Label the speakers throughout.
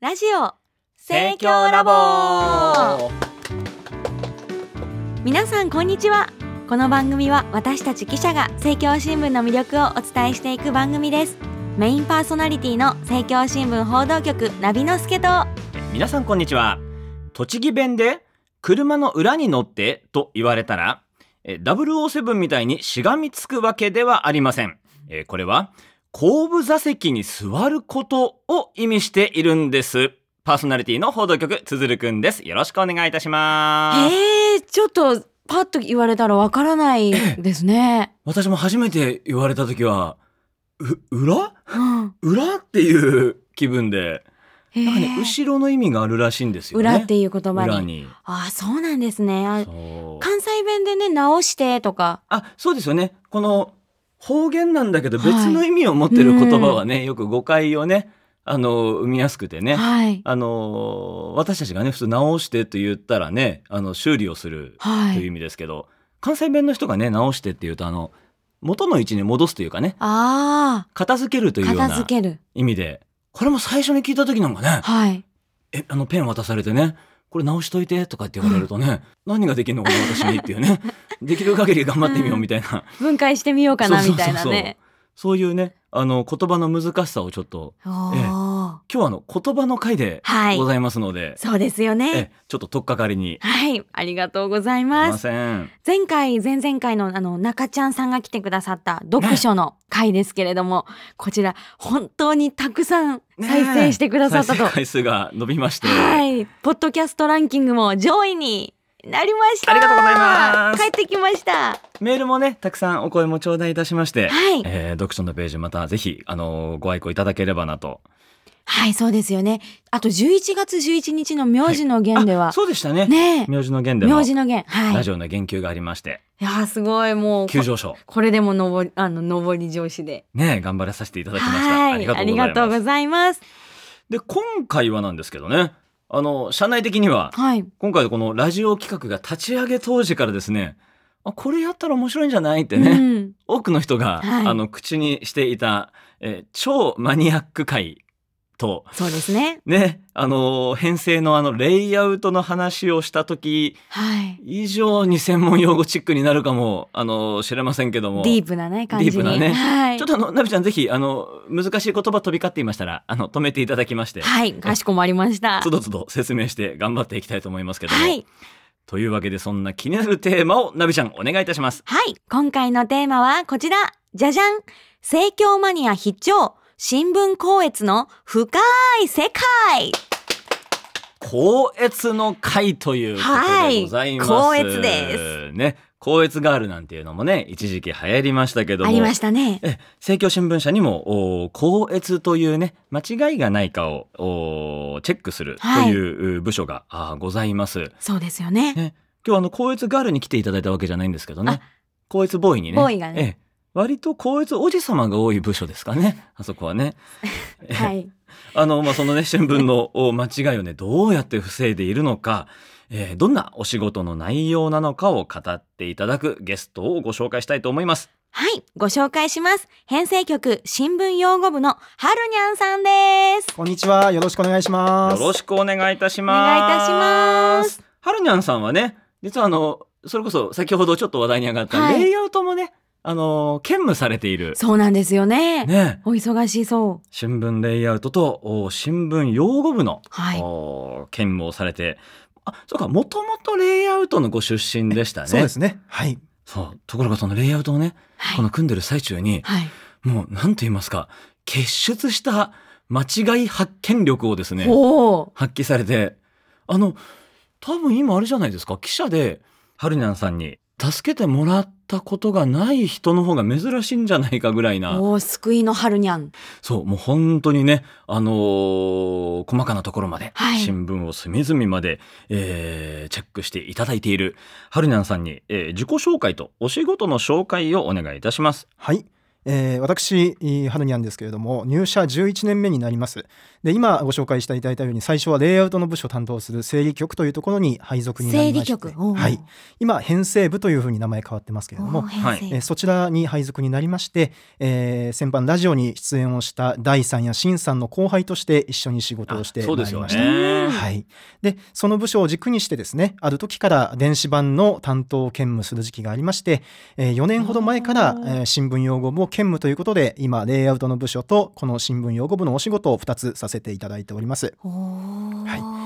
Speaker 1: ラジオ
Speaker 2: 盛
Speaker 1: 盛
Speaker 2: 況
Speaker 1: 況
Speaker 2: ラ
Speaker 1: ラ
Speaker 2: ボ
Speaker 1: ボ皆さんこんにちはこの番組は私たち記者が盛況新聞の魅力をお伝えしていく番組ですメインパーソナリティの盛況新聞報道局ナビのすけと
Speaker 2: 皆さんこんにちは栃木弁で車の裏に乗ってと言われたらえー007みたいにしがみつくわけではありませんえーこれは後部座席に座ることを意味しているんですパーソナリティの報道局つづるくんですよろしくお願いいたします
Speaker 1: へえちょっとパッと言われたらわからないです ね、
Speaker 2: 私も初めて言われた時は裏
Speaker 1: うん
Speaker 2: 裏っていう気分で
Speaker 1: へえ
Speaker 2: なんかね、後ろの意味があるらしいんですよね。
Speaker 1: 裏っていう言葉
Speaker 2: 裏
Speaker 1: に
Speaker 2: に。
Speaker 1: ああそうなんですねあ
Speaker 2: そう
Speaker 1: 関西弁でね直してとか
Speaker 2: あ、そうですよね。この方言なんだけど
Speaker 1: はい
Speaker 2: 別の意味を持ってる言葉はね、よく誤解をね、あの、生みやすくてね。
Speaker 1: はい
Speaker 2: あの、私たちがね、普通直してと言ったらね、あの、修理をすると
Speaker 1: は
Speaker 2: いう
Speaker 1: い
Speaker 2: 意味ですけど、関西弁の人がね、直してっていうと、あの、元の位置に戻すというかね、
Speaker 1: あ
Speaker 2: 片付けると
Speaker 1: あ
Speaker 2: いうよう
Speaker 1: 片
Speaker 2: な
Speaker 1: 付ける
Speaker 2: 意味で、これも最初に聞いた時なんかね、
Speaker 1: はい
Speaker 2: え、あの、ペン渡されてね、これ直しといてとかって言われるとね、何ができるのかな、私にってい うね、できる限り頑張ってみようみたいな、
Speaker 1: 分解してみようかなみたいな
Speaker 2: そうそうそうそう
Speaker 1: ね
Speaker 2: そういうね、あの、言葉の難しさをちょっと、
Speaker 1: お
Speaker 2: ええ
Speaker 1: ー
Speaker 2: 今日はあの、言葉の回で
Speaker 1: はい
Speaker 2: ございますので、
Speaker 1: そうですよ
Speaker 2: え
Speaker 1: ね
Speaker 2: えちょっと取っかかりに。
Speaker 1: はいありがとうござい
Speaker 2: すい
Speaker 1: ま
Speaker 2: ますせん。
Speaker 1: 前回前々回のあの中ちゃんさんが来てくださった読書の回ですけれども、こちら本当にたくさん
Speaker 2: ね
Speaker 1: 再生してくださったと、
Speaker 2: 再生回数が伸びまして、
Speaker 1: はいポッドキャストランキングも上位になりました
Speaker 2: ありがとうございます
Speaker 1: 帰ってきましたは
Speaker 2: メールもね、たくさんお声も頂戴いたしまして、
Speaker 1: い
Speaker 2: えー読書のページまたぜひ、あのご愛顧いただければなと。
Speaker 1: はいそうですよねあと11月11日の名字の源では、
Speaker 2: あそうでしたね。
Speaker 1: ねえ
Speaker 2: 名字の源でも
Speaker 1: 名字の源は
Speaker 2: ラ
Speaker 1: い
Speaker 2: ジオの言及がありまして、
Speaker 1: いやーすごいもうこ
Speaker 2: 急上昇。
Speaker 1: これでも上りあの上り上司で
Speaker 2: ね、頑張らさせていただきました。
Speaker 1: はいありがとうご
Speaker 2: す。
Speaker 1: ざいます
Speaker 2: で、今回はなんですけどね、あの、社内的には、
Speaker 1: はい
Speaker 2: 今回このラジオ企画が立ち上げ当時からですね、あ、これやったら面白いんじゃないってね、
Speaker 1: うん
Speaker 2: 多くの人が、
Speaker 1: はい
Speaker 2: あの、口にしていた、えー超マニアック会と、
Speaker 1: そうですね
Speaker 2: ね、あのー編成のあの、レイアウトの話をした時
Speaker 1: はい
Speaker 2: 以上に専門用語チックになるかも、あのー知れませんけども。
Speaker 1: ディープなね感じに
Speaker 2: ディープなね
Speaker 1: はい
Speaker 2: ちょっとあの、ナビちゃんぜひ、あの、難しい言葉飛び交っていましたら、あの、止めていただきまして、
Speaker 1: はいかしこまりました
Speaker 2: つどつど説明して頑張っていきたいと思いますけども。
Speaker 1: はい
Speaker 2: というわけで、そんな気になるテーマをナビちゃんお願いいたします。
Speaker 1: はい今回のテーマはこちらじゃじゃん盛況マニア必聴新聞光悦の深い世界
Speaker 2: 高越の会ということでございます。。
Speaker 1: はい光悦です
Speaker 2: ね。高越ガールなんていうのもね、一時期流行りましたけども。
Speaker 1: ありましたね
Speaker 2: え、政教新聞社にも、お高越というね、間違いがないかを、おチェックすると
Speaker 1: はい
Speaker 2: いうう部署が、あございます。
Speaker 1: そうですよね
Speaker 2: ね今日あの光悦ガールに来ていただいたわけじゃないんですけど
Speaker 1: あ
Speaker 2: ね光悦ボーイにね
Speaker 1: ボーイがね
Speaker 2: ええ割と光悦おじさまが多い部署ですかねあそこ はねええ
Speaker 1: はい
Speaker 2: あの、まあ、そのね新聞 のお間違いをねどうやって防いでいるのか、ええどんなお仕事の内容なのかを語っていただくゲストをご紹介したいと思います
Speaker 1: はいご紹介します編成局新聞用語部のはるにゃんさんです
Speaker 3: こんにちは。よろしくお願いしま
Speaker 2: よ
Speaker 3: す。
Speaker 2: ろしくお願いいたします
Speaker 1: お願いいたします
Speaker 2: はるにゃんさんはね実はあのそれこそ先ほどちょっと話題に上がった
Speaker 1: はい
Speaker 2: レイアウトもね、あの兼務されている
Speaker 1: そうなんですよね
Speaker 2: ね
Speaker 1: お忙しそう
Speaker 2: 新聞レイアウトとお新聞用語部の、
Speaker 1: はい
Speaker 2: お兼務をされてあそうかもともとレイアウトのご出身でしたね
Speaker 3: そうですね。はい。
Speaker 2: そうところがそのレイアウトをね、
Speaker 1: はい
Speaker 2: この組んでる最中に
Speaker 1: はい
Speaker 2: もう何と言いますか結出した間違い発見力をですね
Speaker 1: おー
Speaker 2: 発揮されてあの多分今あれじゃないですか記者ではるにゃんさんに助けてもらったことがない人の方が珍しいんじゃないかぐらいな
Speaker 1: おー救いの春にゃん
Speaker 2: そう、もう本当にね、あのー細かなところまで、
Speaker 1: はい
Speaker 2: 新聞を隅々まで、えーチェックしていただいている、はるにゃんさんに、えー自己紹介とお仕事の紹介をお願いいたします。
Speaker 3: はい。えー私えー春になんですけれども入社11年目になりますで今ご紹介していただいたように最初はレイアウトの部署を担当する整理局というところに配属にな
Speaker 1: 整
Speaker 3: り
Speaker 1: 理
Speaker 3: まして
Speaker 1: 局おー
Speaker 3: はい、今編成部というふうに名前変わってますけれど
Speaker 1: お
Speaker 3: も
Speaker 1: ー編成
Speaker 3: えーそちらに配属になりまして、えー先般ラジオに出演をした大さんや新さんの後輩として一緒に仕事をして
Speaker 2: そうで
Speaker 3: まい
Speaker 2: す
Speaker 3: り
Speaker 2: よ
Speaker 3: ました。
Speaker 2: ね。
Speaker 3: はい、でその部署を軸にしてですねある時から電子版の担当を兼務する時期がありまして、え4年ほど前から
Speaker 1: お、
Speaker 3: え
Speaker 1: ー
Speaker 3: ー新聞用語部を兼務ということで今レイアウトの部署とこの新聞用語部のお仕事を2つさせていただいております。
Speaker 1: おー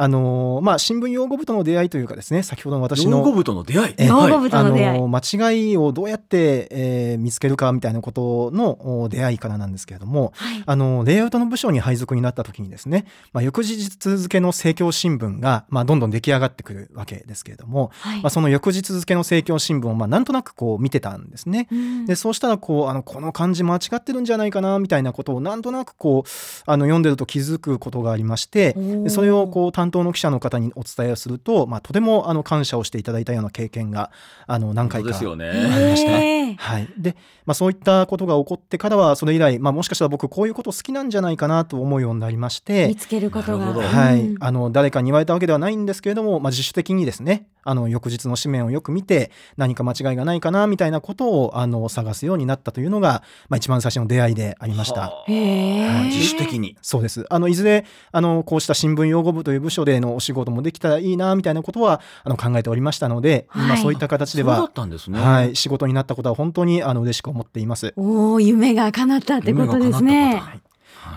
Speaker 3: あのーまあ、新聞用語部との出会いというかですね先ほどの私
Speaker 2: 用
Speaker 3: の
Speaker 2: 語部との出会い。
Speaker 3: えー
Speaker 1: 養
Speaker 2: はい
Speaker 1: 護部との出会い
Speaker 3: あのー間違いをどうやって、えー見つけるかみたいなことのお出会いからなんですけれども、
Speaker 1: はい
Speaker 3: あのレイアウトの部署に配属になった時にですね、まあ、翌日付の政教新聞が、まあ、どんどん出来上がってくるわけですけれども、
Speaker 1: はい
Speaker 3: まあ、その翌日付の政教新聞を、まあ、なんとなくこう見てたんですね。
Speaker 1: うん
Speaker 3: でそうしたらこうあのこの漢字間違ってるんじゃないかなみたいなことをなんとなくこうあの読んでると気づくことがありまして
Speaker 1: おー
Speaker 3: でそれをこう担当の記者の方にお伝えをすると、まあ、とてもあの感謝をしていただいたような経験があの何
Speaker 2: そ
Speaker 3: 回
Speaker 2: うで
Speaker 3: か
Speaker 2: すよね。
Speaker 3: りました
Speaker 1: へー
Speaker 3: はい、で、まあ、そういったことが起こってからはそれ以来、まあ、もしかしたら僕こういうこと好きなんじゃないかなと思うようになりまし
Speaker 1: 見
Speaker 3: て、
Speaker 1: つけること
Speaker 2: な
Speaker 1: が
Speaker 2: るほど
Speaker 3: はい
Speaker 1: うん
Speaker 3: あの誰かに言われたわけではないんですけれども、まあ、自主的にですねあの翌日の紙面をよく見て何か間違いがないかなみたいなことをあの探すようになったというのが、まあ、一番最初の出会いでありました。
Speaker 2: はあ
Speaker 1: へー
Speaker 2: 自主的に。
Speaker 3: そうですあのいずれあのこうした新聞用語部という部署でのお仕事もできたらいいなみたいなことはあの考えておりましたので、
Speaker 1: は
Speaker 3: 今
Speaker 1: い
Speaker 3: そういった形
Speaker 2: そ
Speaker 3: で
Speaker 2: うだ
Speaker 3: は
Speaker 2: っ、たんですね。
Speaker 3: はい、仕事になったことは本当にあの嬉しく思っています。
Speaker 1: おお夢が叶ったってことです
Speaker 2: 夢が叶った
Speaker 1: ね
Speaker 2: こ。はい。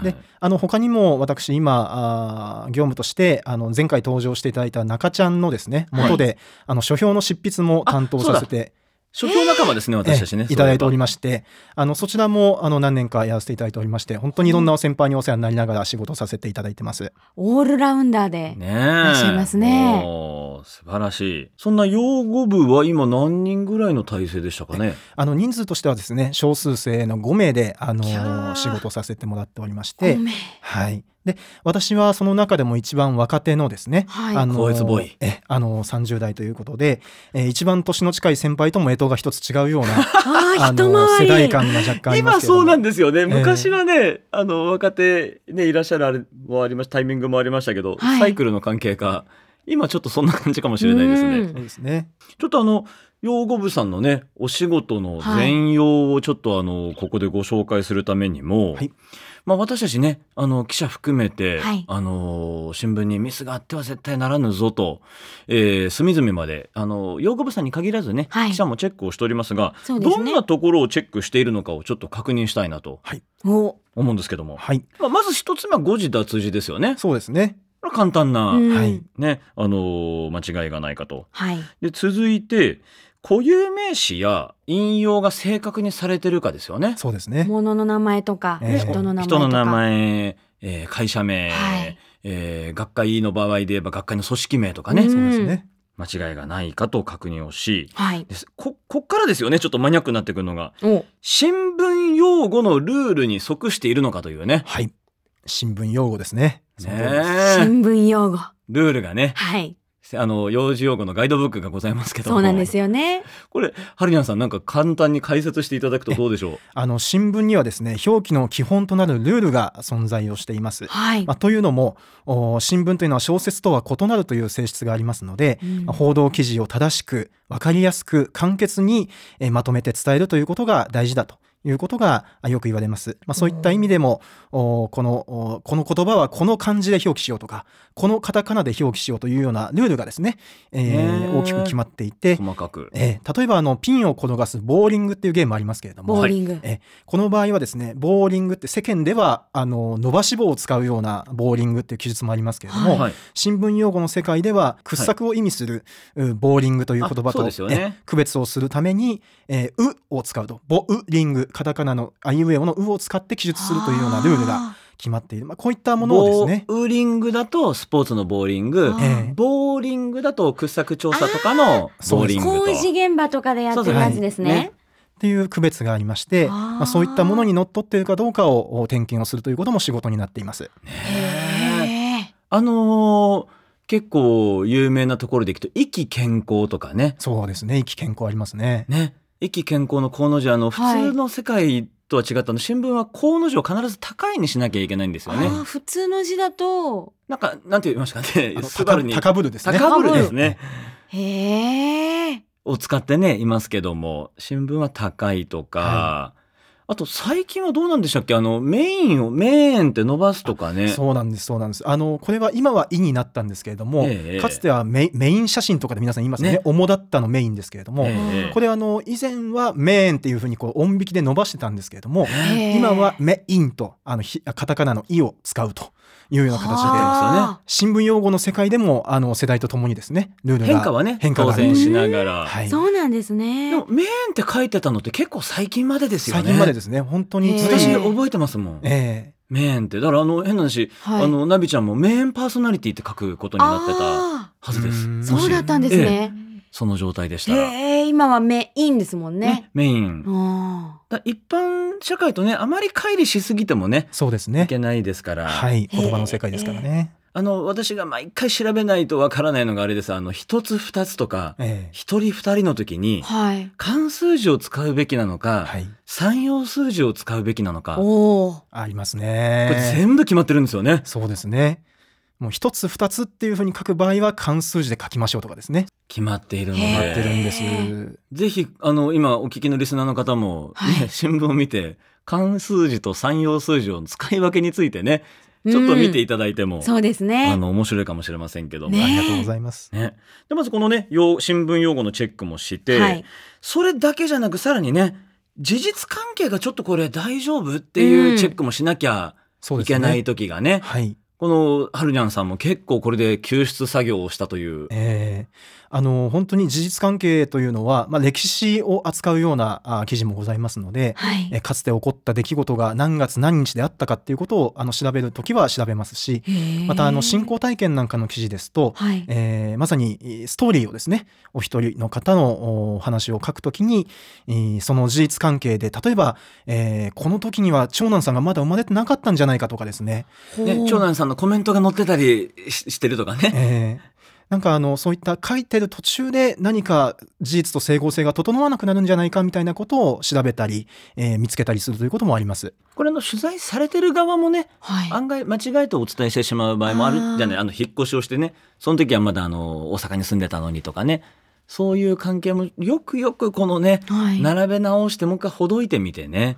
Speaker 3: であの他にも私今あー業務としてあの前回登場していただいた中ちゃんのですね
Speaker 2: はい
Speaker 3: 元で、あの書評の執筆も担当させて
Speaker 2: 書評仲間ですね、私たち
Speaker 3: え
Speaker 2: ね。
Speaker 3: えいただいており
Speaker 2: ま
Speaker 3: ましてあのそちらもあの何年かやらせていただいておりまして本当にいろんな先輩にお世話になりながら仕事をさせていただいてます。
Speaker 1: オールラウンダーで。
Speaker 2: ねえ。
Speaker 1: らっしゃいますね
Speaker 2: もう素晴らしい。そんな用語部は今何人ぐらいの体制でしたかね。
Speaker 3: あの人数としてはですね少数生の5名であの
Speaker 2: きゃー
Speaker 3: 仕事をさせてもらっておりまし
Speaker 1: ご
Speaker 3: て、
Speaker 1: めん
Speaker 3: はい、で私はその中でも一番若手のですね、
Speaker 1: はい
Speaker 3: あの
Speaker 2: こいつボーイ
Speaker 3: えあの30代ということで、えー一番年の近い先輩とも江藤が一つ違うような
Speaker 1: あー
Speaker 3: あ
Speaker 1: 一
Speaker 3: の
Speaker 1: 回
Speaker 3: 世
Speaker 1: り。
Speaker 3: 代感が若干ありま
Speaker 2: 今
Speaker 3: すけれど
Speaker 2: そう
Speaker 3: も
Speaker 2: なんですよね、
Speaker 3: え
Speaker 2: 昔はねあの若手ねいらっしゃるあれもありましたタイミングもありましたけど、
Speaker 1: はい
Speaker 2: サイクルの関係か今ちょっとそんな感じかもしれないです
Speaker 1: う
Speaker 2: ね
Speaker 1: ん
Speaker 3: そうですね
Speaker 2: ちょっとあの養護部さんのねお仕事の全容をちょっとあの、ここでご紹介するためにも、
Speaker 3: はい
Speaker 2: まあ、私たちねあの記者含めて、
Speaker 1: はい
Speaker 2: あの新聞にミスがあっては絶対ならぬぞと、えー隅々まであの養護部さんに限らずね、
Speaker 1: はい
Speaker 2: 記者もチェックをしておりますが
Speaker 1: そうです
Speaker 2: ど
Speaker 1: ね
Speaker 2: んなところをチェックしているのかをちょっと確認したいなと
Speaker 1: お
Speaker 2: 思うんですけども、
Speaker 3: はい
Speaker 2: まあ、まず一つ目は誤字脱字ですよね
Speaker 3: そうですね
Speaker 2: これは簡単な、
Speaker 1: うん
Speaker 3: はい
Speaker 2: ねあのー間違いがないかと
Speaker 1: はい。
Speaker 2: で続いて固有名詞や引用が正確にされてるかですよね
Speaker 3: そうですね
Speaker 1: 物の名前とか
Speaker 3: ええ
Speaker 1: 人の名前とか。
Speaker 2: 人の名前、えー会社名、
Speaker 1: はい
Speaker 2: えー学会の場合で言えば学会の組織名とかね、
Speaker 1: うん
Speaker 3: そうですね
Speaker 2: 間違いがないかと確認をし
Speaker 1: はい。
Speaker 2: ですここっからですよねちょっとマニアックになってくるのが
Speaker 1: お
Speaker 2: 新聞用語のルールに即しているのかというね
Speaker 3: はい新聞用語ですねその通りです
Speaker 2: ねえ
Speaker 1: 新聞用語。
Speaker 2: ルールがね
Speaker 1: はい。
Speaker 2: あの幼児用語のガイドブックがございますけども
Speaker 1: そうなんですよね。
Speaker 2: これハルニャンさんなんか簡単に解説していただくとどうでしょう
Speaker 3: あの新聞にはですね表記の基本となるルールが存在をしています、
Speaker 1: はい
Speaker 3: ま。あ、というのもお新聞というのは小説とは異なるという性質がありますので、
Speaker 1: うん
Speaker 3: 報道記事を正しく分かりやすく簡潔にえーまとめて伝えるということが大事だということがあよく言われます、まあ、そういった意味でもおこのおこの言葉はこの漢字で表記しようとかこのカタカナで表記しようというようなルールがですね、えー
Speaker 2: ねえ
Speaker 3: 大きく決まっていて、
Speaker 2: 細かく
Speaker 3: えー例えばあのピンを転がすボーリングっていうゲームありますけれども
Speaker 1: ボーリング。
Speaker 3: この場合はですねボーリングって世間ではあの伸ばし棒を使うようなボーリングっていう記述もありますけれども、
Speaker 1: はい
Speaker 2: はい
Speaker 3: 新聞用語の世界では掘削を意味する、うボーリングという言
Speaker 2: あ
Speaker 3: 葉
Speaker 2: そう
Speaker 3: と、
Speaker 2: ですよね
Speaker 3: え区別をするために「えーう」を使うと「ボウリング」カタカナの「あいうえお」の「う」を使って記述するというようなルールが
Speaker 1: あ
Speaker 3: 決まっている、まあ、こういったものをですね
Speaker 2: ボーリングだとスポーツのボーリング
Speaker 1: あ
Speaker 3: ええ
Speaker 2: ボーリングだと掘削調査とかのボーリン
Speaker 1: ー。
Speaker 2: グと
Speaker 1: 工事現場とかでやってるやつですね。
Speaker 3: っていう区別がありまして
Speaker 1: あー
Speaker 3: まあ、そういったものにのっとっているかどうかをお点検をするということも仕事になっています。
Speaker 2: ねえ
Speaker 1: へえ。
Speaker 2: あのー結構有名なところでいくと「意気健康」とかね
Speaker 3: そうですね。意気健康ありますね。
Speaker 2: ね駅健康の河野城あの普
Speaker 1: はい
Speaker 2: 通の世界とは違ったの、新聞は河野城を必ず高いにしなきゃいけないんですよね
Speaker 1: あー普通の字だと
Speaker 2: なんかなんて言いましたか
Speaker 3: あ
Speaker 2: ね
Speaker 3: の
Speaker 2: スバルに
Speaker 3: 高高ぶるですね。
Speaker 2: 高ぶるですね
Speaker 1: へえ
Speaker 2: を使ってねいますけども新聞は高いとか、
Speaker 3: は
Speaker 2: あと最近はどうなんでしたっけあのメインをメーンって伸ばすとかね
Speaker 3: そうなんです、そうなんです。あの、これは今は「い」になったんですけれども、
Speaker 2: ええ
Speaker 3: かつてはメインメイン写真とかで皆さん言いますよね。
Speaker 2: ね
Speaker 3: 主だったのメインですけれども、
Speaker 2: ええ
Speaker 3: これあの、以前はメーンっていうふうにこう音引きで伸ばしてたんですけれども、
Speaker 2: ええ
Speaker 1: へー
Speaker 3: 今はメインと、あの、ひカタカナのイを使うというような形で、
Speaker 1: はあ
Speaker 3: 新聞用語の世界でも、あの、世代とともにですね、ルールが
Speaker 2: 変化はね
Speaker 3: 変化が
Speaker 2: 当
Speaker 3: ある
Speaker 2: 然しながら、
Speaker 3: はい。
Speaker 1: そうなんですね
Speaker 2: でもメーンって書いてたのって結構最近までですよね
Speaker 3: 最近まで
Speaker 2: で
Speaker 3: ですね、本当に
Speaker 1: え
Speaker 3: つい。
Speaker 1: え
Speaker 2: 私覚えてますもん、
Speaker 3: ええ
Speaker 2: メーンってだからあの変な話、
Speaker 1: はい
Speaker 2: あのナビちゃんもメーンパーソナリティって書くことになってたは
Speaker 1: あ
Speaker 2: ずで
Speaker 3: う
Speaker 2: す
Speaker 3: ん
Speaker 1: ー
Speaker 2: も
Speaker 1: そう
Speaker 2: し
Speaker 1: だったんです
Speaker 2: ええ
Speaker 1: ね、
Speaker 2: その状態でした
Speaker 1: へ
Speaker 2: ら、
Speaker 1: え今は目いいんですもんね
Speaker 2: ねメイン
Speaker 1: うん
Speaker 2: だ一般社会とねあまり乖離しすぎてもね
Speaker 3: そうです
Speaker 2: い
Speaker 3: ね。
Speaker 2: けないですから、
Speaker 3: はい、言葉の世界ですからね。
Speaker 2: あの私が毎回調べないとわからないのがあれですあの一つ二つとか
Speaker 3: ええ
Speaker 2: 一人二人の時に
Speaker 1: はい
Speaker 2: 漢数字を使うべきなのか、
Speaker 3: はい、
Speaker 2: 三要数字を使うべきなのかこ
Speaker 1: おお
Speaker 3: あります
Speaker 2: れ
Speaker 3: ね。
Speaker 2: 全部決まってるんですよね
Speaker 3: そうですね。もう一つ二つっていうふうに書く場合は漢数字で書きましょうとかですね。
Speaker 2: 決まっているの
Speaker 1: へー
Speaker 3: やってる
Speaker 2: で
Speaker 3: んです。
Speaker 2: ぜひあの今お聞きのリスナーの方も、ね
Speaker 1: はい
Speaker 2: 新聞を見て漢数字と三要数字の使い分けについてねちょっと見ていただいても、
Speaker 1: そうですね
Speaker 2: あの面白いかもしれませんけども、
Speaker 1: ね
Speaker 3: ありがとうございます。
Speaker 2: ね、でまずこのね用新聞用語のチェックもして、
Speaker 1: はい
Speaker 2: それだけじゃなくさらにね事実関係がちょっとこれ大丈夫っていうチェックもしなきゃ
Speaker 3: そう
Speaker 2: い
Speaker 3: ですね。
Speaker 2: けない時がね,、
Speaker 3: はい。
Speaker 2: このはるにゃんさんも結構これで救出作業をしたという。
Speaker 3: ええあの本当に事実関係というのは、まあ、歴史を扱うようなあ記事もございますので、
Speaker 1: はい
Speaker 3: えかつて起こった出来事が何月何日であったかっていうことをあの調べるときは調べますしまたあの信仰体験なんかの記事ですと、
Speaker 1: はい
Speaker 3: えーまさにえーストーリーをですねお一人の方のお話を書くときに、えーその事実関係で例えば、えーこの時には長男さんがまだ生まれてなかったんじゃないかとかですね、
Speaker 2: ね、長男さんのコメントが載ってたりししてるとかね。
Speaker 3: えーなんかあのそういった書いてる途中で何か事実と整合性が整わなくなるんじゃないかみたいなことを調べたり、えー見つけたりするということもあります。
Speaker 2: これの取材されてる側もね、
Speaker 1: はい
Speaker 2: 案外間違えてお伝えしてしまう場合もあるじゃない
Speaker 1: あー
Speaker 2: あの引っ越しをしてねその時はまだあの大阪に住んでたのにとかねそういう関係もよくよくこのね
Speaker 1: はい
Speaker 2: 並べ直してもう一回ほどいてみてね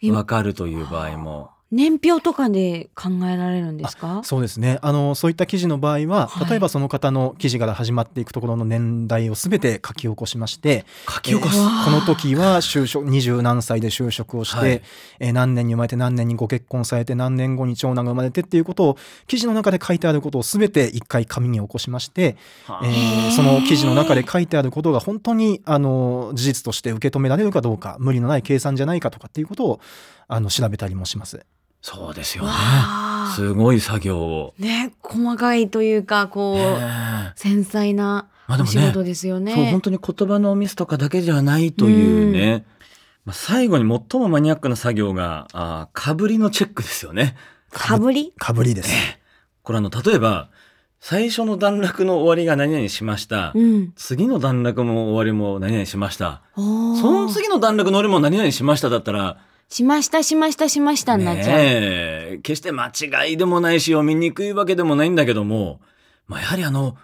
Speaker 1: 今
Speaker 2: わかるという場合も
Speaker 1: 年表とかで考えられるんですか
Speaker 3: そうですねあのそういった記事の場合は、
Speaker 1: はい
Speaker 3: 例えばその方の記事から始まっていくところの年代を全て書き起こしまして
Speaker 2: 書き起こす
Speaker 1: う。わー
Speaker 3: この時は就職二十何歳で就職をして、
Speaker 2: はい
Speaker 3: えー何年に生まれて何年にご結婚されて何年後に長男が生まれてっていうことを記事の中で書いてあることを全て一回紙に起こしまして、
Speaker 2: は
Speaker 3: え
Speaker 2: あ
Speaker 1: へー
Speaker 3: ーその記事の中で書いてあることが本当にあの事実として受け止められるかどうか無理のない計算じゃないかとかっていうことをあの調べたりもします。
Speaker 2: そうですよ
Speaker 1: わ
Speaker 2: ね。
Speaker 1: あ
Speaker 2: すごい作業を。
Speaker 1: ね細かいというかこう、
Speaker 2: ねえ
Speaker 1: 繊細な
Speaker 2: まあで
Speaker 1: お
Speaker 2: も
Speaker 1: 仕
Speaker 2: ね
Speaker 1: 事ですよね。
Speaker 2: そう本当に言葉のミスとかだけじゃないというね、まあ、最後に最もマニアックな作業があーかぶりのチェックですよね。
Speaker 1: かぶり
Speaker 3: かぶりです。
Speaker 2: これあの例えば最初の段落の終わりが何々しました、
Speaker 1: うん。
Speaker 2: 次の段落も終わりも何々しました
Speaker 1: そ
Speaker 2: その次の段落の終わりも何々しましただったら
Speaker 1: しましたしましたしましたになっちゃう。
Speaker 2: ねえ決して間違いでもないし読みにくいわけでもないんだけども、まあ、やはりあの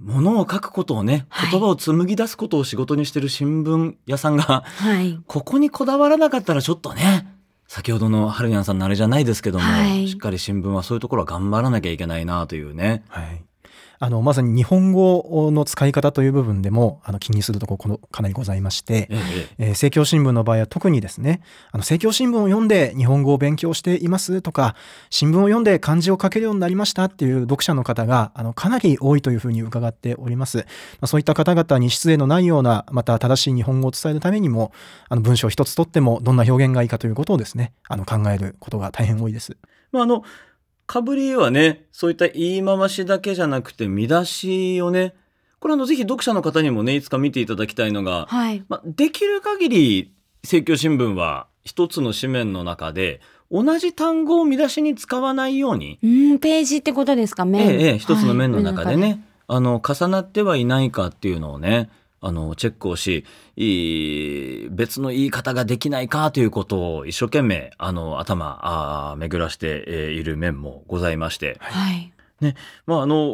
Speaker 2: ものを書くことをね
Speaker 1: はい
Speaker 2: 言葉を紡ぎ出すことを仕事にしてる新聞屋さんが、
Speaker 1: はい。
Speaker 2: ここにこだわらなかったらちょっとね先ほどの春やんさんのあれじゃないですけども、
Speaker 1: はい
Speaker 2: しっかり新聞はそういうところは頑張らなきゃいけないなというね。
Speaker 3: はい。あのまさに日本語の使い方という部分でもあの気にするとここのかなりございまして、
Speaker 2: ええ
Speaker 3: えー、政教新聞の場合は特にですね、あの政教新聞を読んで日本語を勉強していますとか、新聞を読んで漢字を書けるようになりましたっていう読者の方があのかなり多いというふうに伺っております。まあ、そういった方々に失礼のないようなまた正しい日本語を伝えるためにも、あの文章一つとってもどんな表現がいいかということをですね、あの考えることが大変多いです。
Speaker 2: まあ、あの、かぶりはね、そういった言い回しだけじゃなくて、見出しをね、これあの、ぜひ読者の方にもね、いつか見ていただきたいのが、
Speaker 1: はい。
Speaker 2: まあ、できる限り、政教新聞は一つの紙面の中で、同じ単語を見出しに使わないように、
Speaker 1: うん、ページってことですか、面。
Speaker 2: ええええ、一つの面の中でね、
Speaker 1: はい。
Speaker 2: あの、重なってはいないかっていうのをね、あのチェックをしいい別の言い方ができないかということを一生懸命あの頭あー巡らしてえーいる面もございまして、
Speaker 1: はい。
Speaker 2: まああの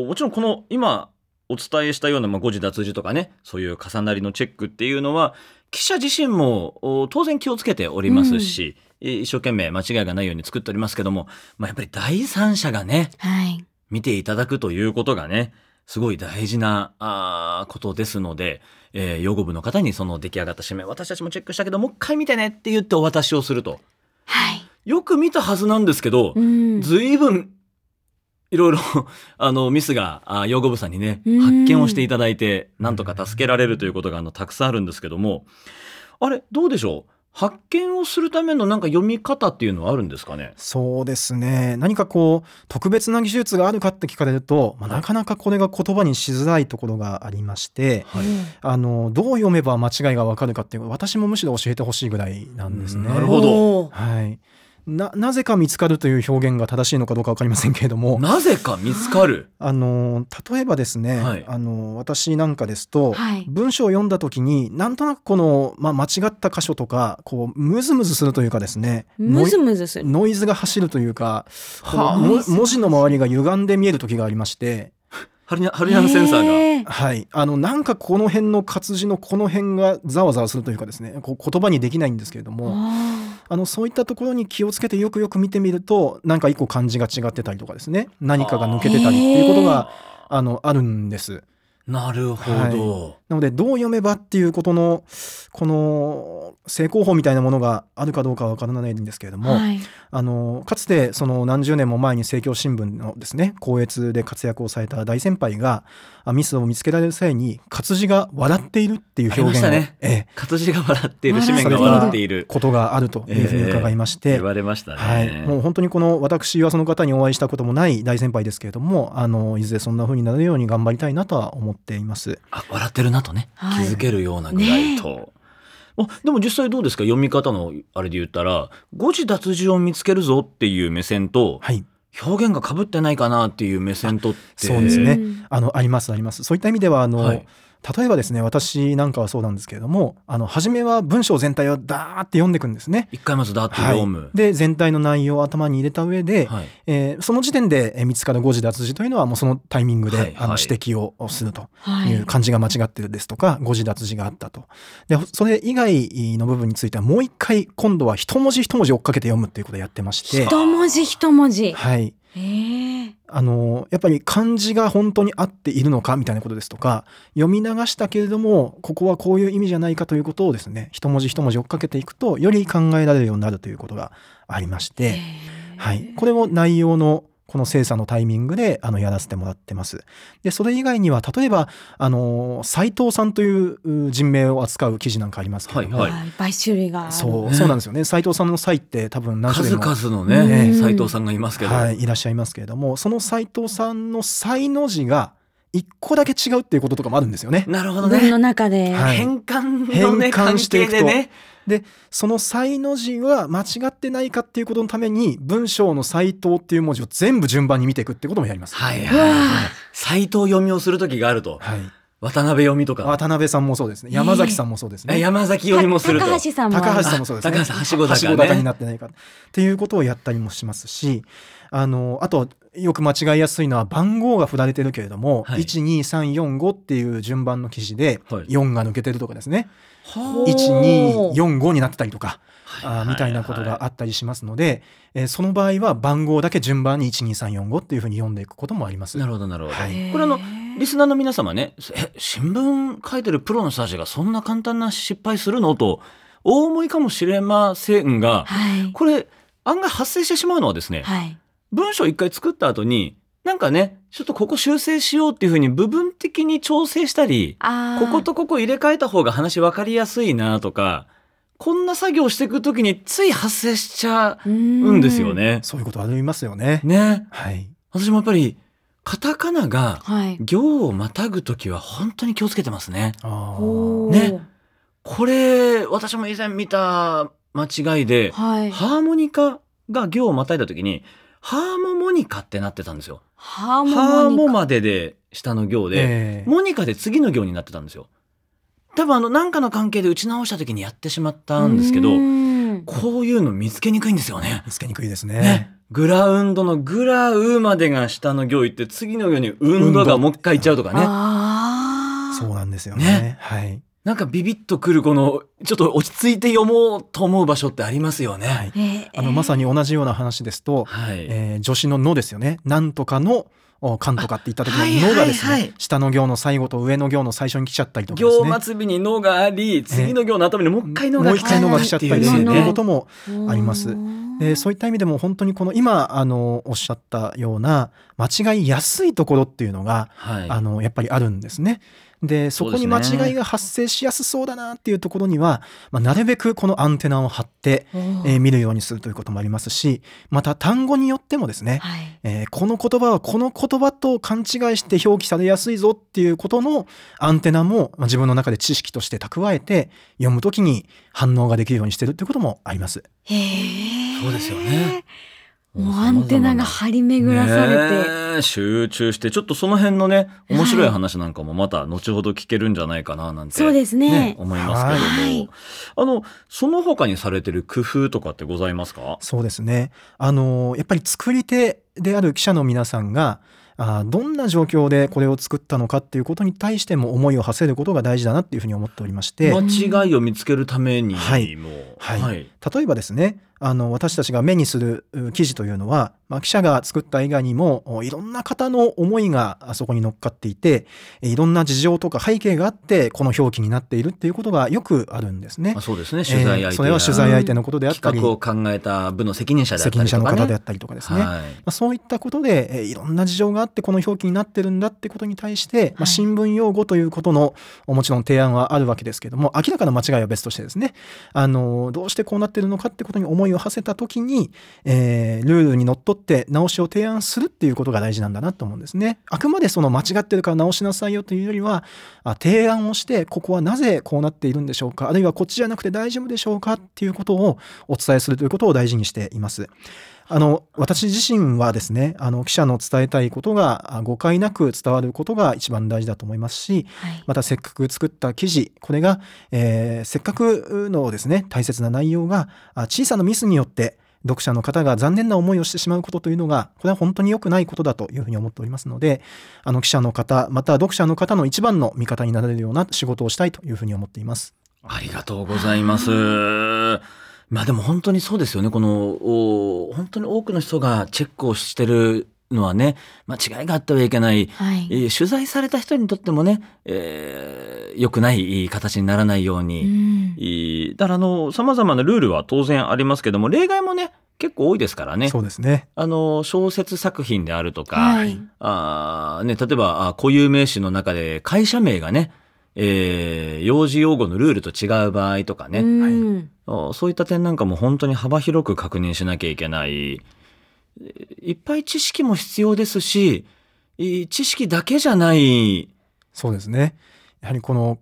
Speaker 2: おもちろんこの今お伝えしたような、まあ、誤字脱字とかねそういう重なりのチェックっていうのは記者自身もお当然気をつけておりますし、え一生懸命間違いがないように作っておりますけども、まあ、やっぱり第三者がね
Speaker 1: はい。
Speaker 2: 見ていただくということがねすごい大事なあーことですので、えー、養護部の方にその出来上がった紙面私たちもチェックしたけどもう一回見てねって言ってお渡しをすると
Speaker 1: はい。
Speaker 2: よく見たはずなんですけど、
Speaker 1: うん。
Speaker 2: ずいぶんいろいろ あのミスがあー養護部さんにね
Speaker 1: うん
Speaker 2: 発見をしていただいてなんとか助けられるということがあのたくさんあるんですけどもあれどうでしょう発見をするためのなんか読み方っていうのはあるんですかね
Speaker 3: そうですね何かこう特別な技術があるかって聞かれると、まあ
Speaker 2: はい
Speaker 3: なかなかこれが言葉にしづらいところがありまして
Speaker 2: はい
Speaker 1: うん
Speaker 3: あのどう読めば間違いがわかるかっていうのを私もむしろ教えてほしいぐらいなんですね。
Speaker 2: なるほど
Speaker 1: おー
Speaker 3: はい、ななぜか見つかるという表現が正しいのかどうか分かりませんけれども
Speaker 2: なぜか見つかる
Speaker 3: あの例えばですね、
Speaker 2: はい
Speaker 3: あの私なんかですと、
Speaker 1: はい。
Speaker 3: 文章を読んだ時になんとなくこの、まあ、間違った箇所とかこうムズムズするというかですね
Speaker 1: ムズムズする。
Speaker 3: ノイズが走るというか、
Speaker 2: はあ
Speaker 3: このも文字の周りが歪んで見える時がありまして、
Speaker 2: ハリナハリナのセンサーが。
Speaker 1: へー
Speaker 3: はい、あのなんかこの辺の活字のこの辺がざわざわするというかですねこう言葉にできないんですけれども
Speaker 1: あ
Speaker 3: あのそういったところに気をつけてよくよく見てみるとなんか一個漢字が違ってたりとかですね何かが抜けてたりっていうことがあのあるんです。
Speaker 2: なるほど。
Speaker 3: なのでどう読めばっていうことのこの正攻法みたいなものがあるかどうかは分からないんですけれど
Speaker 1: ー
Speaker 3: も、
Speaker 1: はい。
Speaker 3: あのかつてその何十年も前に政教新聞のですね校閲で活躍をされた大先輩があミスを見つけられる際に活字が笑っているっていう表現を、
Speaker 2: ありましたね
Speaker 3: ええ
Speaker 2: 活字が笑っている、紙面が
Speaker 3: 笑
Speaker 2: 笑っている。
Speaker 3: ことがあるというふうに伺いまして、
Speaker 2: 言われましたね。
Speaker 3: はい、もう本当にこの私はその方にお会いしたこともない大先輩ですけれどもあのいずれそんな風になれるように頑張りたいなとは思っています。
Speaker 2: あ笑ってるなとね、
Speaker 1: はい
Speaker 2: 気づけるようなぐらいと。あでも実際どうですか読み方のあれで言ったら誤字脱字を見つけるぞっていう目線と
Speaker 3: はい
Speaker 2: 表現がかぶってないかなっていう目線とって
Speaker 3: そうですね
Speaker 1: うん
Speaker 3: あのありますありますそういった意味ではあの、
Speaker 2: はい
Speaker 3: 例えばですね私なんかはそうなんですけれどもあの初めは文章全体をダーって読んでいくんですね。
Speaker 2: 一回まずだって
Speaker 3: はい
Speaker 2: 読む。
Speaker 3: で全体の内容を頭に入れた上で、
Speaker 2: はい
Speaker 3: えーその時点でえー見つかる誤字脱字というのはもうそのタイミングで、
Speaker 2: はい
Speaker 3: あの
Speaker 2: はい
Speaker 3: 指摘をすると
Speaker 1: はいい。
Speaker 3: う漢字が間違ってるですとか誤字脱字があったとでそれ以外の部分についてはもう一回今度は一文字一文字追っかけて読むっていうことをやってまして、
Speaker 1: 一文字一文字。
Speaker 3: はい、
Speaker 1: えー
Speaker 3: あのやっぱり漢字が本当に合っているのかみたいなことですとか読み流したけれどもここはこういう意味じゃないかということをですね一文字一文字追っかけていくとより考えられるようになるということがありまして。はい、これも内容のこの精査のタイミングであのやらせてもらってます。でそれ以外には例えばあの斉藤さんというう人名を扱う記事なんかありますけれども、
Speaker 2: はい
Speaker 1: はい。いっぱい種類がある。
Speaker 3: そう
Speaker 2: ね
Speaker 3: そうなんですよね斉藤さんの斉って多分何種類
Speaker 2: 数
Speaker 3: も
Speaker 2: 々の
Speaker 1: う
Speaker 2: ね
Speaker 1: ん
Speaker 2: 斎藤さんがいますけど、
Speaker 3: はい、いらっしゃいますけれどもその斉藤さんの才の字が一個だけ違うっていうこととかもあるんですよね。
Speaker 2: なるほど
Speaker 1: 文
Speaker 2: ね
Speaker 1: の中で。
Speaker 3: はい
Speaker 2: 変換のね
Speaker 3: 変換していくと
Speaker 2: 関係でね
Speaker 3: その才の字は間違ってないかっていうことのために文章の斉藤っていう文字を全部順番に見ていくってこともやります。
Speaker 2: はいは
Speaker 1: う
Speaker 2: い
Speaker 1: わ
Speaker 2: はい斎藤読みをする時があると
Speaker 3: はい、
Speaker 2: 渡辺読みとか
Speaker 3: 渡辺さんもそうですね山崎さんもそうですね。
Speaker 2: え山崎読みもすると
Speaker 1: 高橋さんもある。
Speaker 3: 高橋さんもそうです
Speaker 2: あ高
Speaker 3: ね。
Speaker 2: 橋さんはしごだからね
Speaker 3: はしになってないかっていうことをやったりもしますし、あのあとよく間違いやすいのは番号が振られてるけれども、
Speaker 2: はい
Speaker 3: 一二三四五っていう順番の記事で
Speaker 2: はい
Speaker 3: 四が抜けてるとかですね、
Speaker 1: おー
Speaker 3: 一二四五になってたりとか、
Speaker 2: はいはい
Speaker 3: あ
Speaker 2: はい
Speaker 3: ーみたいなことがあったりしますので、えーその場合は番号だけ順番に一二三四五っていうふうに読んでいくこともあります。
Speaker 2: なるほどなるほど、
Speaker 3: は
Speaker 1: へ
Speaker 3: い
Speaker 1: ー
Speaker 2: これあのリスナーの皆様ねえ新聞書いてるプロの人たちがそんな簡単な失敗するのとお思いかもしれません
Speaker 1: は
Speaker 2: が
Speaker 1: い。
Speaker 2: これ案外発生してしまうのはですね、
Speaker 1: はい。
Speaker 2: 文章一回作った後になんかねちょっとここ修正しようっていうふうに部分的に調整したり
Speaker 1: あー
Speaker 2: こことここ入れ替えた方が話分かりやすいなとかこんな作業していく時につい発生しちゃ
Speaker 1: う
Speaker 2: うんですよ。ね。
Speaker 3: そういうことありますよね。
Speaker 2: ね
Speaker 3: はい。
Speaker 2: 私もやっぱりカタカナが
Speaker 1: はい。
Speaker 2: 行をまたぐ時は本当に気をつけてますね。
Speaker 3: あ
Speaker 1: お
Speaker 3: ー
Speaker 1: ー
Speaker 2: ね。これ私も以前見た間違いで、
Speaker 1: はい。
Speaker 2: ハーモニカが行をまたいだ時にハーモモニカってなってたんですよ。
Speaker 1: ハー
Speaker 2: ハー
Speaker 1: モ
Speaker 2: モ
Speaker 1: ニカ。
Speaker 2: までで下の行で、
Speaker 3: ええ
Speaker 2: モニカで次の行になってたんですよ。多分あの、なんかの関係で打ち直した時にやってしまったんですけ
Speaker 1: う
Speaker 2: ど、
Speaker 1: ん
Speaker 2: こういうの見つけにくいんですよね。
Speaker 3: 見つけにくいです
Speaker 2: ね
Speaker 3: ね。、
Speaker 2: グラウンドのグラウまでが下の行行って、次の行に運動がもう一回行っちゃうとかね。
Speaker 1: ああ。
Speaker 3: そうなんですよね。
Speaker 2: ね
Speaker 3: はい。
Speaker 2: なんかビビッとくるこの、ちょっと落ち着いて読もうと思う場所ってありますよね。
Speaker 3: はい
Speaker 1: え
Speaker 3: あのまさに同じような話ですと、
Speaker 2: はい。
Speaker 3: えー助詞の「の」ですよね。なんとかの「おかん」とかって言った時の
Speaker 2: あはい
Speaker 3: 「の」がですね、
Speaker 2: はいはい
Speaker 3: 下の行の最後と上の行の最初に来ちゃったりとかです
Speaker 2: 行
Speaker 3: ね。
Speaker 2: 末尾に脳があり、次の行の頭にもう一回脳
Speaker 3: も
Speaker 2: が
Speaker 3: う一回のが来ちゃったりする
Speaker 2: っ
Speaker 3: と
Speaker 2: て
Speaker 3: い
Speaker 2: いうう
Speaker 3: こ
Speaker 2: ね
Speaker 3: とも
Speaker 1: に
Speaker 3: ありますでそういった意味でも本当にこの今あのおっしゃったような間違いやすいところっていうのが、
Speaker 2: はい。
Speaker 3: あのやっぱりあるんですね。でそこに間
Speaker 2: そうですね
Speaker 3: 違いが発生しやすそうだなっていうところには、まあ、なるべくこのアンテナを張って、えー見るようにするということもありますしまた単語によってもですね、
Speaker 1: はい。
Speaker 3: えーこの言葉はこの言葉と勘違いして表記されやすいぞっていうことのアンテナも、まあ、自分の中で知識として蓄えて読むときに反応ができるようにしてるっていうこともあります。
Speaker 1: へえ。
Speaker 2: そうですよね。
Speaker 1: もうアンテナが張り巡らされて。
Speaker 2: ねえ集中してちょっとその辺のね面白
Speaker 1: はいい
Speaker 2: 話なんかもまた後ほど聞けるんじゃないかななんて
Speaker 1: そうですね。
Speaker 2: 思いますけれども、
Speaker 1: はい
Speaker 2: あのその他にされてる工夫とかってございますか
Speaker 3: そうですね。あのやっぱり作り手である記者の皆さんがあーどんな状況でこれを作ったのかっていうことに対しても思いを馳せることが大事だなっていうふうに思っておりまして、
Speaker 2: 間違いを見つけるためにも、
Speaker 3: はいはい例えばですねあの私たちが目にするう記事というのは、まあ、記者が作った以外にもおいろんな方の思いがあそこに乗っかっていてえいろんな事情とか背景があってこの表記になっているっていうことがよくあるんですね
Speaker 2: まあ、。そうですね取材相手や、
Speaker 3: えーそれは取材相手のことであったり
Speaker 2: 企画を考えた部の責任者であった
Speaker 3: 責
Speaker 2: り
Speaker 3: 任者
Speaker 2: と
Speaker 3: の
Speaker 2: か、ね、
Speaker 3: 方であったりとかですね。
Speaker 2: はい
Speaker 3: まあ、そういったことで、えーいろんな事情があってこの表記になってるんだってことに対して、
Speaker 1: は
Speaker 3: まあ、
Speaker 1: い
Speaker 3: 新聞用語ということのもちろん提案はあるわけですけども明らかな間違いは別としてですねあのーどうしてこうなってるのかってことに思いを馳せた時に、えールールにのっとって直しを提案するっていうことが大事なんだなと思うんですね。あくまでその間違ってるから直しなさいよというよりはあ提案をしてここはなぜこうなっているんでしょうかあるいはこっちじゃなくて大丈夫でしょうかっていうことをお伝えするということを大事にしています。あの私自身はですねあの記者の伝えたいことがあ誤解なく伝わることが一番大事だと思いますし
Speaker 1: はい
Speaker 3: またせっかく作った記事これが、えーせっかくのですね大切な内容があ小さなミスによって読者の方が残念な思いをしてしまうことというのがこれは本当に良くないことだというふうに思っておりますのであの記者の方また読者の方の一番の味方になれるような仕事をしたいというふうに思っています。
Speaker 2: ありがとうござい ます。まあでも本当にそうですよね。この、お本当に多くの人がチェックをしてるのはね、間違いがあってはいけない。
Speaker 1: はい
Speaker 2: えー取材された人にとってもね、えー良くない形にならないよう
Speaker 1: う
Speaker 2: に。
Speaker 1: ん
Speaker 2: いいだからあの、様々なルールは当然ありますけども、例外もね、結構多いですからね。
Speaker 3: そうですね
Speaker 2: あの、小説作品であるとか、
Speaker 1: はい
Speaker 2: あーね、例えば、あ固有名詞の中で会社名がね、えー用事用語のルールと違う場合とかね、
Speaker 1: うん
Speaker 2: あそういった点なんかも本当に幅広く確認しなきゃいけない。いっぱい知識も必要ですし、い知識だけじゃない。
Speaker 3: そうですね。やはりこの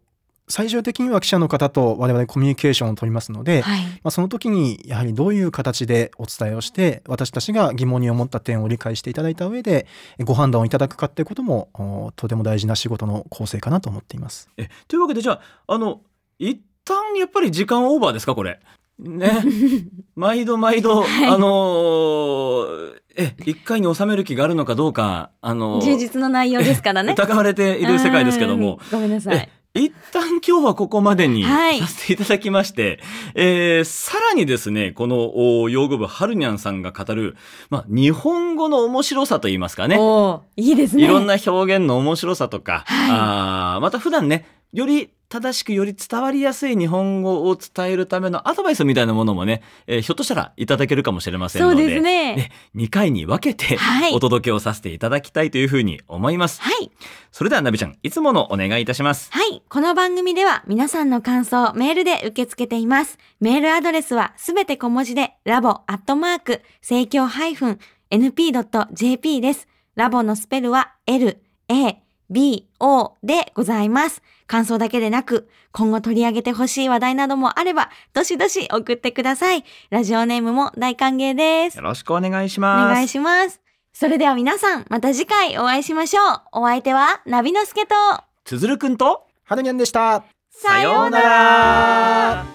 Speaker 3: 最終的には記者の方と我々コミュニケーションを取りますの で、
Speaker 1: はい
Speaker 3: まあ、その時にやはりどういう形でお伝えをして私たちが疑問に思った点を理解していただいた上でご判断をいただくかっていうこともおとても大事な仕事の構成かなと思っています。
Speaker 2: えというわけでじゃあ、あの、一旦やっぱり時間オーバーですか、これ。ね。毎度毎度、
Speaker 1: はい
Speaker 2: あのーえ、一回に収める気があるのかどうか、あのー
Speaker 1: 充実の内容ですから ね。
Speaker 2: 疑われている世界ですけども。
Speaker 1: うん。ごめんなさい。
Speaker 2: 一旦今日はここまでに
Speaker 1: はい
Speaker 2: させていただきまして、えーさらにですね、このお用語部ハルニャンさんが語る、まあ、日本語の面白さといいますかね、
Speaker 1: おーいいですね。
Speaker 2: いろんな表現の面白さとか、
Speaker 1: はい
Speaker 2: あーまた普段ね、より正しくより伝わりやすい日本語を伝えるためのアドバイスみたいなものもね、えーひょっとしたらいただけるかもしれません
Speaker 1: そ
Speaker 2: の
Speaker 1: う
Speaker 2: で、
Speaker 1: ですね。
Speaker 2: ね、2回に分けて
Speaker 1: はい
Speaker 2: お届けをさせていただきたいというふうに思います。
Speaker 1: はい。
Speaker 2: それでは、ナビちゃん、いつものお願いいたします。
Speaker 1: はい。この番組では皆さんの感想をメールで受け付けています。メールアドレスはすべて小文字で、ラボアットマーク、生協 -np.jp です。ラボのスペルは l, a, BO でございます。感想だけでなく、今後取り上げてほしい話題などもあれば、どしどし送ってください。ラジオネームも大歓迎です
Speaker 2: よ。ろしくお願いし
Speaker 1: お
Speaker 2: ます。
Speaker 1: 願いします。それでは皆さん、また次回お会いしましょう。お相手は、ナビのすけと、
Speaker 2: つづるくんと、
Speaker 3: はるにゃんでした
Speaker 2: ら